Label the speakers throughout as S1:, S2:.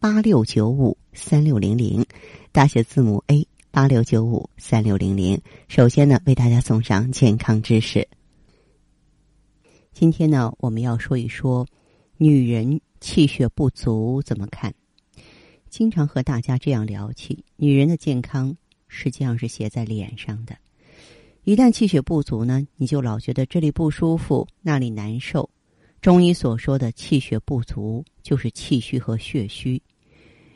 S1: 八六九五三六零零，大写字母 A 八六九五三六零零。首先呢，为大家送上健康知识。今天呢，我们要说一说女人气血不足怎么看。经常和大家这样聊起，女人的健康实际上是写在脸上的。一旦气血不足呢，你就老觉得这里不舒服，那里难受。中医所说的气血不足，就是气虚和血虚。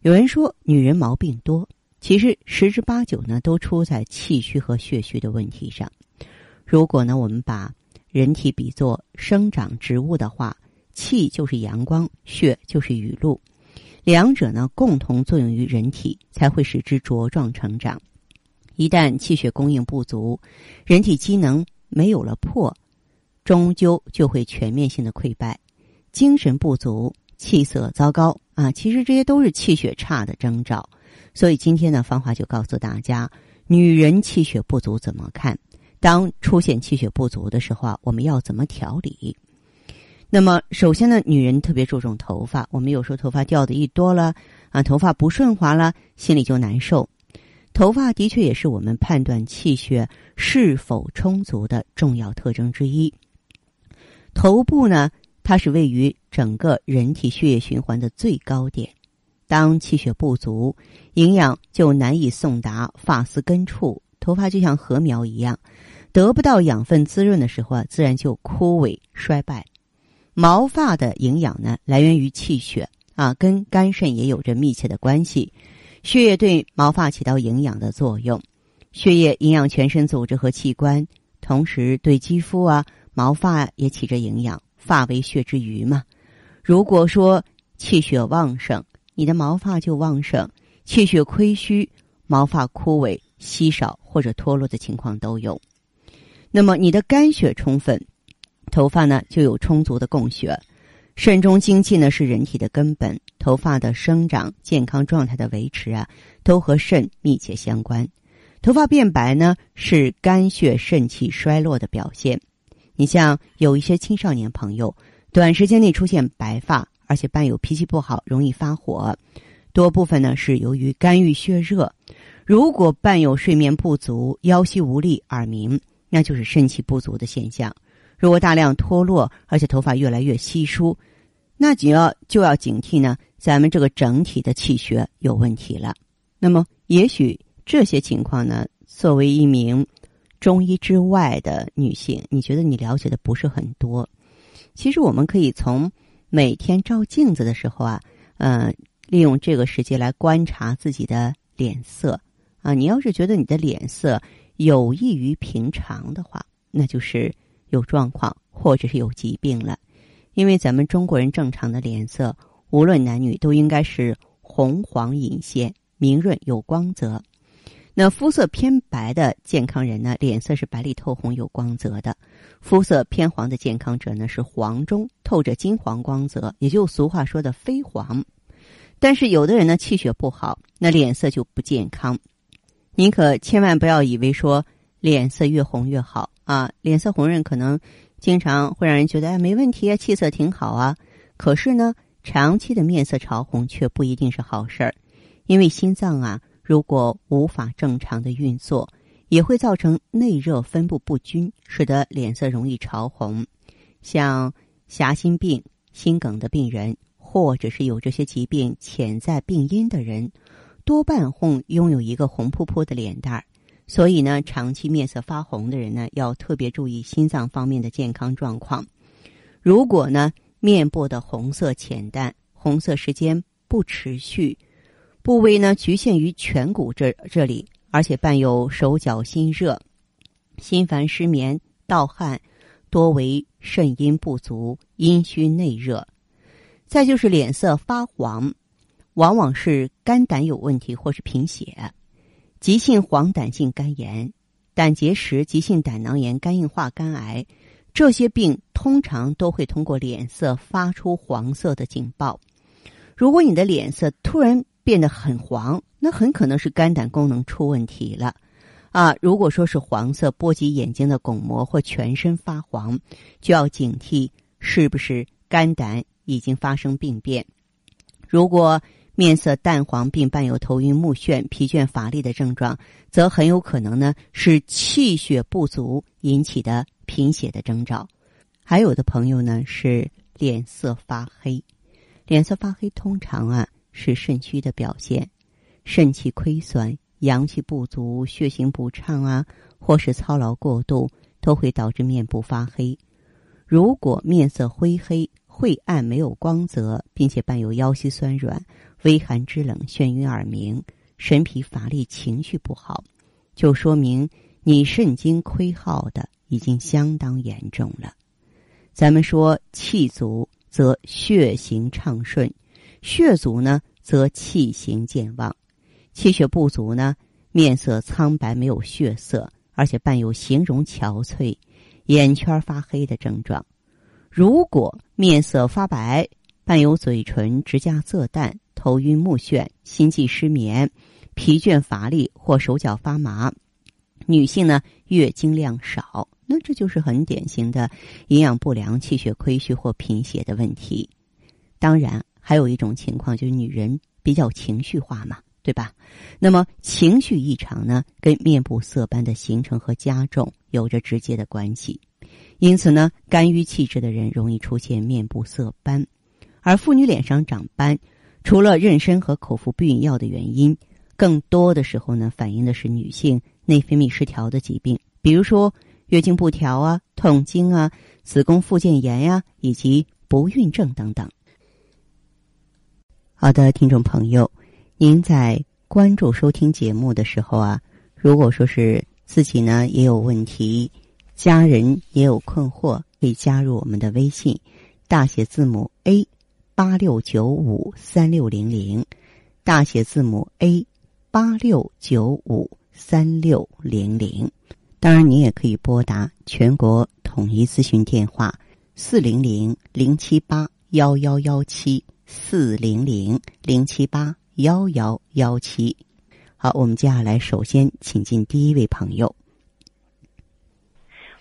S1: 有人说女人毛病多，其实十之八九呢都出在气虚和血虚的问题上。如果呢我们把人体比作生长植物的话，气就是阳光，血就是雨露。两者呢共同作用于人体，才会使之茁壮成长。一旦气血供应不足，人体机能没有了破，终究就会全面性的溃败。精神不足，气色糟糕啊，其实这些都是气血差的征兆。所以今天呢，芳华就告诉大家，女人气血不足怎么看？当出现气血不足的时候啊，我们要怎么调理？那么，首先呢，女人特别注重头发。我们有时候头发掉的一多了啊，头发不顺滑了，心里就难受。头发的确也是我们判断气血是否充足的重要特征之一。头部呢，它是位于整个人体血液循环的最高点。当气血不足，营养就难以送达发丝根处，头发就像禾苗一样，得不到养分滋润的时候啊，自然就枯萎衰败。毛发的营养呢，来源于气血啊，跟肝肾也有着密切的关系。血液对毛发起到营养的作用，血液营养全身组织和器官，同时对肌肤啊、毛发也起着营养。发为血之余嘛，如果说气血旺盛，你的毛发就旺盛；气血亏虚，毛发枯萎、稀少或者脱落的情况都有。那么你的肝血充分。头发呢就有充足的供血，肾中精气呢是人体的根本，头发的生长、健康状态的维持啊，都和肾密切相关。头发变白呢是肝血肾气衰落的表现。你像有一些青少年朋友，短时间内出现白发，而且伴有脾气不好、容易发火，多部分呢是由于肝郁血热。如果伴有睡眠不足、腰膝无力、耳鸣，那就是肾气不足的现象。如果大量脱落，而且头发越来越稀疏，那就要就要警惕呢，咱们这个整体的气血有问题了。那么，也许这些情况呢，作为一名中医之外的女性，你觉得你了解的不是很多。其实，我们可以从每天照镜子的时候啊，呃，利用这个时间来观察自己的脸色啊。你要是觉得你的脸色有异于平常的话，那就是。有状况或者是有疾病了，因为咱们中国人正常的脸色，无论男女都应该是红黄隐现、明润有光泽。那肤色偏白的健康人呢，脸色是白里透红有光泽的；肤色偏黄的健康者呢，是黄中透着金黄光泽，也就俗话说的绯黄。但是有的人呢，气血不好，那脸色就不健康。您可千万不要以为说脸色越红越好。啊，脸色红润可能经常会让人觉得哎没问题啊，气色挺好啊。可是呢，长期的面色潮红却不一定是好事儿，因为心脏啊如果无法正常的运作，也会造成内热分布不均，使得脸色容易潮红。像狭心病、心梗的病人，或者是有这些疾病潜在病因的人，多半会拥有一个红扑扑的脸蛋儿。所以呢，长期面色发红的人呢，要特别注意心脏方面的健康状况。如果呢，面部的红色浅淡，红色时间不持续，部位呢局限于颧骨这这里，而且伴有手脚心热、心烦失眠、盗汗，多为肾阴不足、阴虚内热。再就是脸色发黄，往往是肝胆有问题或是贫血，急性黄疸性肝炎、胆结石、急性胆囊炎、肝硬化、肝癌，这些病通常都会通过脸色发出黄色的警报。如果你的脸色突然变得很黄，那很可能是肝胆功能出问题了。啊，如果说是黄色波及眼睛的巩膜或全身发黄，就要警惕是不是肝胆已经发生病变。如果面色淡黄并伴有头晕目眩、疲倦乏力的症状，则很有可能呢是气血不足引起的贫血的征兆。还有的朋友呢是脸色发黑，脸色发黑通常啊是肾虚的表现，肾气亏损。阳气不足、血行不畅啊，或是操劳过度，都会导致面部发黑。如果面色灰黑、晦暗、没有光泽，并且伴有腰膝酸软、微寒肢冷、眩晕耳鸣、神疲乏力、情绪不好，就说明你肾精亏耗的已经相当严重了。咱们说气足则血行畅顺，血足呢则气行健旺。气血不足呢，面色苍白，没有血色，而且伴有形容憔悴、眼圈发黑的症状。如果面色发白，伴有嘴唇、指甲色淡、头晕目眩、心悸失眠、疲倦乏力或手脚发麻，女性呢月经量少，那这就是很典型的营养不良、气血亏虚或贫血的问题。当然，还有一种情况就是女人比较情绪化嘛。对吧？那么情绪异常呢，跟面部色斑的形成和加重有着直接的关系。因此呢，肝郁气滞的人容易出现面部色斑，而妇女脸上长斑，除了妊娠和口服避孕药的原因，更多的时候呢，反映的是女性内分泌失调的疾病，比如说月经不调啊、痛经啊、子宫附件炎呀、啊，以及不孕症等等。好的，听众朋友。您在关注收听节目的时候啊，如果说是自己呢也有问题，家人也有困惑，可以加入我们的微信，大写字母 A 八六九五三六零零，大写字母 A 八六九五三六零零。当然，您也可以拨打全国统一咨询电话四零零零七八幺幺幺七四零零零七八。幺幺幺七，好，我们接下来首先请进第一位朋友，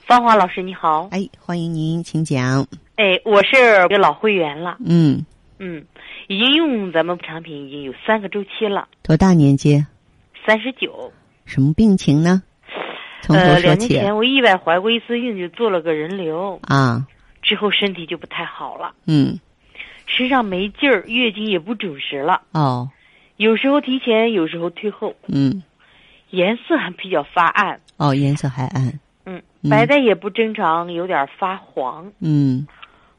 S2: 芳华老师你好，
S1: 哎，欢迎您，请讲。
S2: 哎，我是老会员了，
S1: 嗯
S2: 嗯，已经用咱们产品已经有三个周期了。
S1: 多大年纪？
S2: 三十九。
S1: 什么病情呢？从头
S2: 呃，
S1: 说
S2: 两年
S1: 起。
S2: 前我意外怀过一次孕，就做了个人流，
S1: 啊，
S2: 之后身体就不太好了，
S1: 嗯，
S2: 吃上没劲儿，月经也不准时了，
S1: 哦，
S2: 有时候提前，有时候推后，
S1: 嗯，
S2: 颜色还比较发暗，
S1: 哦，颜色还暗，
S2: 嗯，
S1: 嗯
S2: 白带也不正常，有点发黄。
S1: 嗯，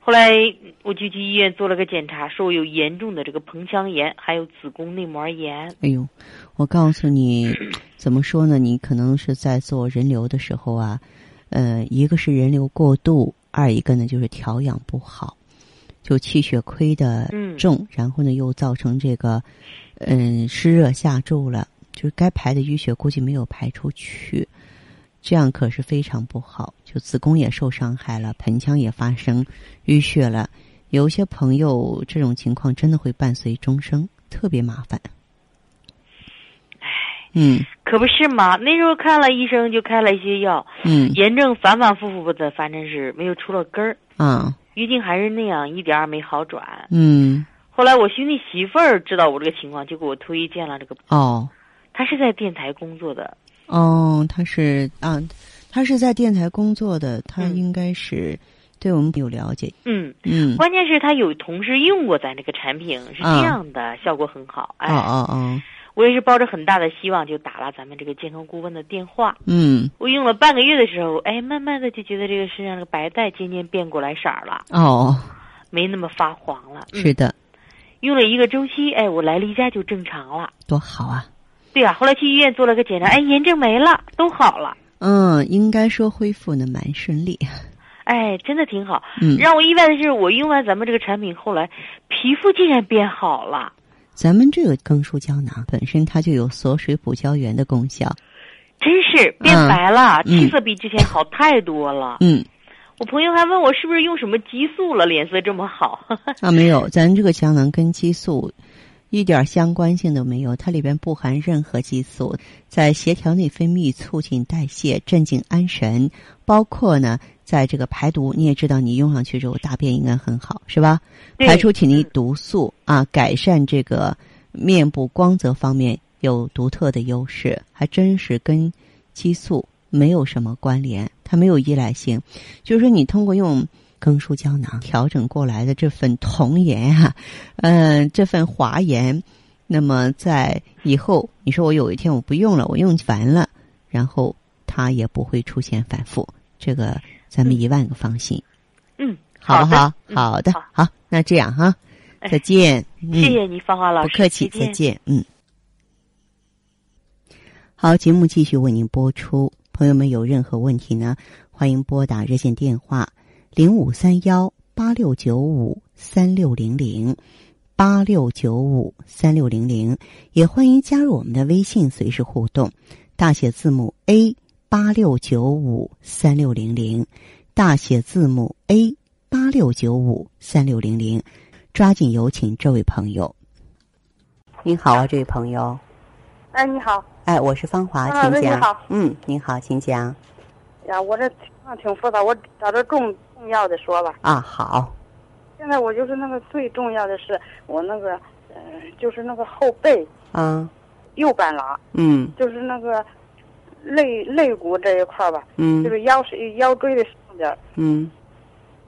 S2: 后来我就去医院做了个检查，说我有严重的这个盆腔炎，还有子宫内膜炎。
S1: 哎呦，我告诉你，怎么说呢？你可能是在做人流的时候啊，呃，一个是人流过度，二一个呢就是调养不好，就气血亏的
S2: 嗯
S1: 重，然后呢又造成这个，嗯，湿热下注了，就是该排的淤血估计没有排出去，这样可是非常不好，就子宫也受伤害了，盆腔也发生淤血了，有些朋友这种情况真的会伴随终生，特别麻烦。嗯
S2: 可不是嘛，那时候看了医生，就开了一些药，
S1: 嗯
S2: 炎症反反复复的，反正是没有出了根儿，
S1: 啊
S2: 月经还是那样，一点儿没好转。
S1: 嗯
S2: 后来我兄弟媳妇儿知道我这个情况，就给我推荐了这个，
S1: 哦
S2: 她是在电台工作的，
S1: 哦，他是啊，他是在电台工作的，他
S2: 嗯
S1: 应该是对我们有了解。
S2: 嗯，
S1: 嗯，
S2: 关键是她有同事用过咱这个产品，是
S1: 啊
S2: 这样的，效果很好。
S1: 哦
S2: 哎，
S1: 哦哦，
S2: 我也是抱着很大的希望就打了咱们这个健康顾问的电话。
S1: 嗯
S2: 我用了半个月的时候，哎，慢慢的就觉得这个身上的白带渐渐变过来色儿了，
S1: 哦，
S2: 没那么发黄了。嗯
S1: 是的，
S2: 用了一个周期，哎，我来例假就正常了。
S1: 多好啊！
S2: 对啊，后来去医院做了个检查，哎，炎症没了，都好了，
S1: 嗯，应该说恢复呢蛮顺利。
S2: 哎，真的挺好。
S1: 嗯，
S2: 让我意外的是，我用完咱们这个产品，后来皮肤竟然变好了，
S1: 咱们这个更舒胶囊本身它就有锁水补胶原的功效。
S2: 真是变白了，
S1: 嗯
S2: 气色比之前好太多了。
S1: 嗯，
S2: 我朋友还问我是不是用什么激素了，脸色这么好。
S1: 啊，没有，咱这个胶囊跟激素一点相关性都没有，它里边不含任何激素，在协调内分泌、促进代谢、镇静安神，包括呢，在这个排毒。你也知道，你用上去之后，大便应该很好，是吧？
S2: 对
S1: 排出体内毒素啊，改善这个面部光泽方面有独特的优势，还真是跟激素没有什么关联，它没有依赖性。就是说，你通过用更舒胶囊调整过来的这份童颜啊， 嗯、这份华颜，那么在以后，你说我有一天我不用了，我用烦了，然后它也不会出现反复，这个咱们一万个放心。
S2: 嗯，
S1: 好不
S2: 的
S1: 好？
S2: 嗯
S1: 好的
S2: 好，
S1: 好，那这样哈，
S2: 哎
S1: 再见。嗯
S2: 谢谢你，芳华老
S1: 不
S2: 师，
S1: 客气，再见。嗯，好，节目继续为您播出。朋友们有任何问题呢，欢迎拨打热线电话零五三幺八六九五三六零零八六九五三六零零，也欢迎加入我们的微信随时互动，大写字母 A 八六九五三六零零，大写字母 A 八六九五三六零零，抓紧有请这位朋友。您好啊，这位朋友，
S3: 哎，你好，
S1: 哎，我是芳华，
S3: 啊
S1: 请
S3: 喂
S1: 讲。
S3: 你好
S1: 嗯，您好，请讲。
S3: 呀，我这情况挺复杂，我找这重重要的说吧。
S1: 啊，好，
S3: 现在我就是那个最重要的是，我那个，呃，就是那个后背
S1: 啊，
S3: 右半拉，
S1: 嗯
S3: 就是那个肋肋骨这一块吧，就
S1: 嗯
S3: 是腰是腰椎的上边儿
S1: 嗯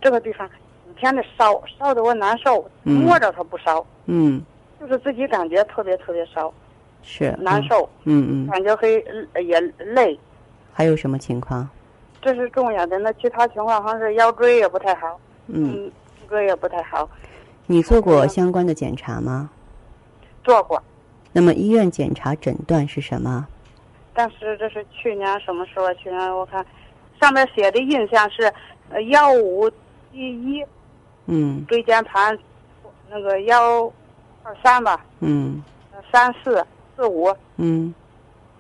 S3: 这个地方，每天的烧，烧的我难受，
S1: 嗯
S3: 摸着它不烧，
S1: 嗯，
S3: 就是自己感觉特别特别烧，
S1: 是
S3: 难。受，
S1: 嗯嗯嗯，
S3: 感觉黑呃也累，
S1: 还有什么情况？
S3: 这是重要的。那其他情况好像是腰椎也不太好，
S1: 嗯，，
S3: 哥也不太好，
S1: 你做过相关的检查吗？
S3: 做过。
S1: 那么医院检查诊断是什么？
S3: 但是这是去年什么时候？去年我看上面写的印象是呃幺五一一
S1: 嗯
S3: 椎间盘，那个幺二三吧，
S1: 嗯
S3: 三四四五，
S1: 嗯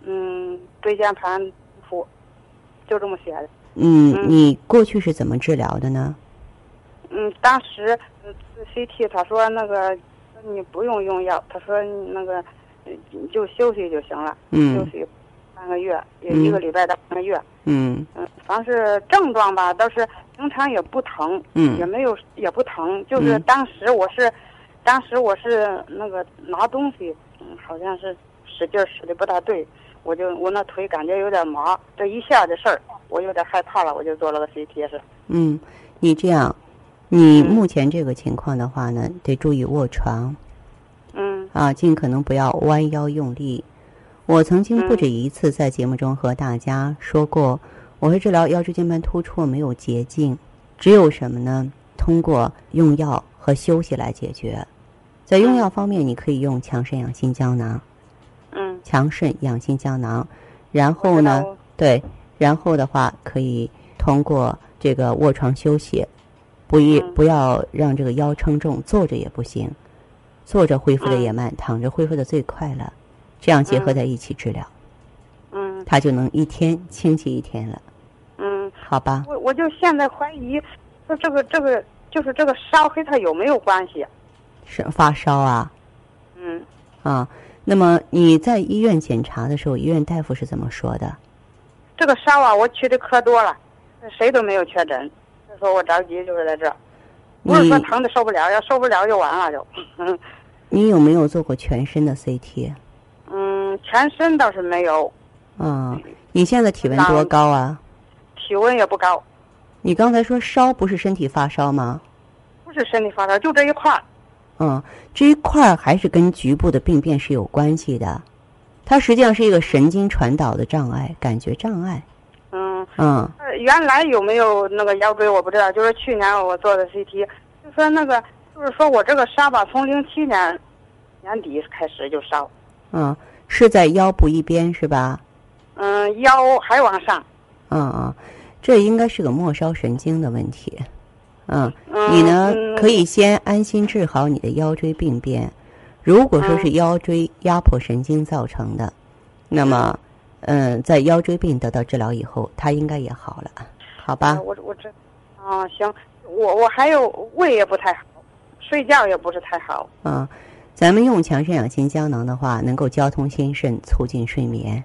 S3: 嗯，椎间盘突，就这么写的。
S1: 嗯，
S3: 嗯
S1: 你过去是怎么治疗的呢？
S3: 嗯，当时嗯 CT 他说那个你不用用药，他说你那个呃你就休息就行了，休
S1: 嗯
S3: 息半个月，有
S1: 嗯
S3: 一个礼拜到半个月。
S1: 嗯
S3: 嗯，凡是症状吧，倒是平常也不疼，也
S1: 嗯
S3: 没有也不疼，就是
S1: 嗯
S3: 当时我是，当时我是那个拿东西，嗯，好像是使劲儿使的不大对，我就我那腿感觉有点麻，这一下的事儿，我有点害怕了，我就做了个 CT 是，
S1: 嗯，你这样，你
S3: 嗯
S1: 目前这个情况的话呢，得注意卧床。
S3: 嗯
S1: 啊，尽可能不要弯腰用力。我曾经不
S3: 嗯
S1: 止一次在节目中和大家说过，我是治疗腰椎间盘突出没有捷径，只有什么呢？通过用药和休息来解决。在用药方面，你可以用强肾养心胶囊，
S3: 嗯，
S1: 强肾养心胶囊，然
S3: 我
S1: 后
S3: 知
S1: 呢
S3: 道，我，
S1: 对，然后的话可以通过这个卧床休息，不一
S3: 嗯
S1: 不要让这个腰称重，坐着也不行，坐着恢复的
S3: 嗯
S1: 也慢，躺着恢复的最快了，这样结合在一起治疗，
S3: 嗯
S1: 它就能一天清晰一天了，
S3: 嗯，
S1: 好吧？
S3: 我我就现在怀疑，说这个这个就是这个烧和它有没有关系？
S1: 是发烧啊
S3: 嗯，
S1: 啊，那么你在医院检查的时候，医院大夫是怎么说的？
S3: 这个烧啊，我去的可多了，谁都没有确诊，这时候我着急就是在这儿。不是
S1: 你
S3: 说疼的受不了，要受不了就完了就。
S1: 你有没有做过全身的 CT
S3: 嗯，全身倒是没有，
S1: 啊？你现在体温多
S3: 当
S1: 高啊？
S3: 体温也不高，
S1: 你刚才说烧不是身体发烧吗？
S3: 不是身体发烧，就这一块儿。
S1: 嗯，这一块儿还是跟局部的病变是有关系的，它实际上是一个神经传导的障碍，感觉障碍。
S3: 嗯，
S1: 嗯
S3: 呃原来有没有那个腰椎我不知道，就是去年我做的 CT，就说那个就是说我这个烧吧，从零七年年底开始就烧，
S1: 嗯，是在腰部一边是吧？
S3: 嗯，腰还往上。
S1: 嗯嗯，这应该是个末梢神经的问题。嗯，
S3: 嗯，
S1: 你呢
S3: 嗯
S1: 可以先安心治好你的腰椎病变。如果说是腰椎压迫神经造成的，那么，嗯，在腰椎病得到治疗以后，它应该也好了，好吧
S3: 呃？我我这，啊行，我我还有胃也不太好，睡觉也不是太好。
S1: 啊，咱们用强肾养心胶囊的话，能够交通心肾，促进睡眠。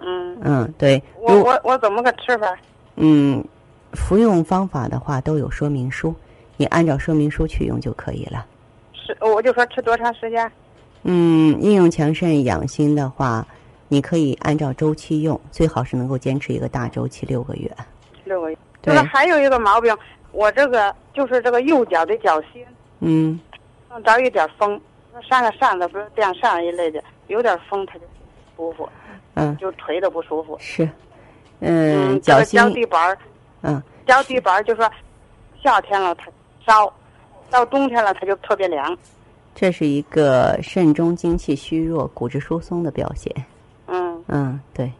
S3: 嗯，
S1: 嗯，对。
S3: 我
S1: 如
S3: 我我怎么个吃法？
S1: 嗯，服用方法的话都有说明书，你按照说明书去用就可以了。
S3: 吃我就说吃多长时间？
S1: 嗯，应用强肾养心的话，你可以按照周期用，最好是能够坚持一个大周期六个月。
S3: 六个月。
S1: 对
S3: 就是还有一个毛病，我这个就是这个右脚的脚心
S1: 嗯，
S3: 弄着有点风，那扇个扇子不是电扇一类的，有点风它就不舒服，
S1: 嗯，
S3: 就腿都不舒服。
S1: 是，嗯，
S3: 这
S1: 脚
S3: 个
S1: 心，
S3: 脚底板儿，
S1: 嗯，
S3: 脚底板儿就说，夏天了它烧，到冬天了它就特别凉。
S1: 这是一个肾中精气虚弱、骨质疏松的表现。
S3: 嗯，
S1: 嗯，对，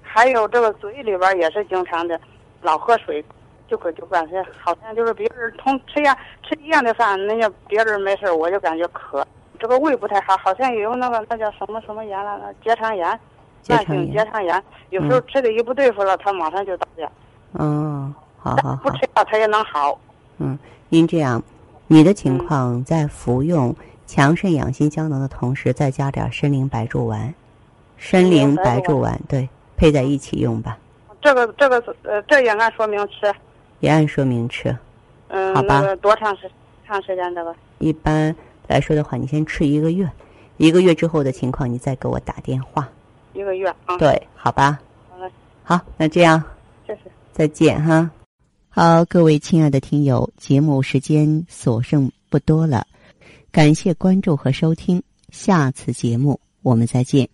S3: 还有这个嘴里边儿也是经常的，老喝水，就可就感觉好像就是别人同吃一样吃一样的饭，人家别人没事儿，我就感觉渴。这个胃不太好，好像也有那个那叫什么什么炎了，那结肠炎，
S1: 结
S3: 慢
S1: 肠
S3: 性结
S1: 炎。
S3: 肠炎。有时候吃的一不对付了，它马上就倒掉，
S1: 嗯，好好
S3: 但
S1: 好
S3: 不。吃药它也能好。
S1: 您这样，你的情
S3: 嗯
S1: 况在服用强肾养心胶囊的同时，再加点儿参苓白术丸，参
S3: 参
S1: 苓
S3: 苓白
S1: 白
S3: 术
S1: 术丸对，配在一起用吧，
S3: 这个这个呃，这也按说明吃。
S1: 也按说明吃。
S3: 嗯，
S1: 好吧
S3: 那个多长时长时间这个？
S1: 一般来说的话，你先吃一个月，一个月之后的情况，你再给我打电话，
S3: 一个月啊？，
S1: 对，好吧
S3: 好嘞？
S1: 好，那这样。
S3: 这是。
S1: 再见哈。好，各位亲爱的听友，节目时间所剩不多了，感谢关注和收听，下次节目我们再见。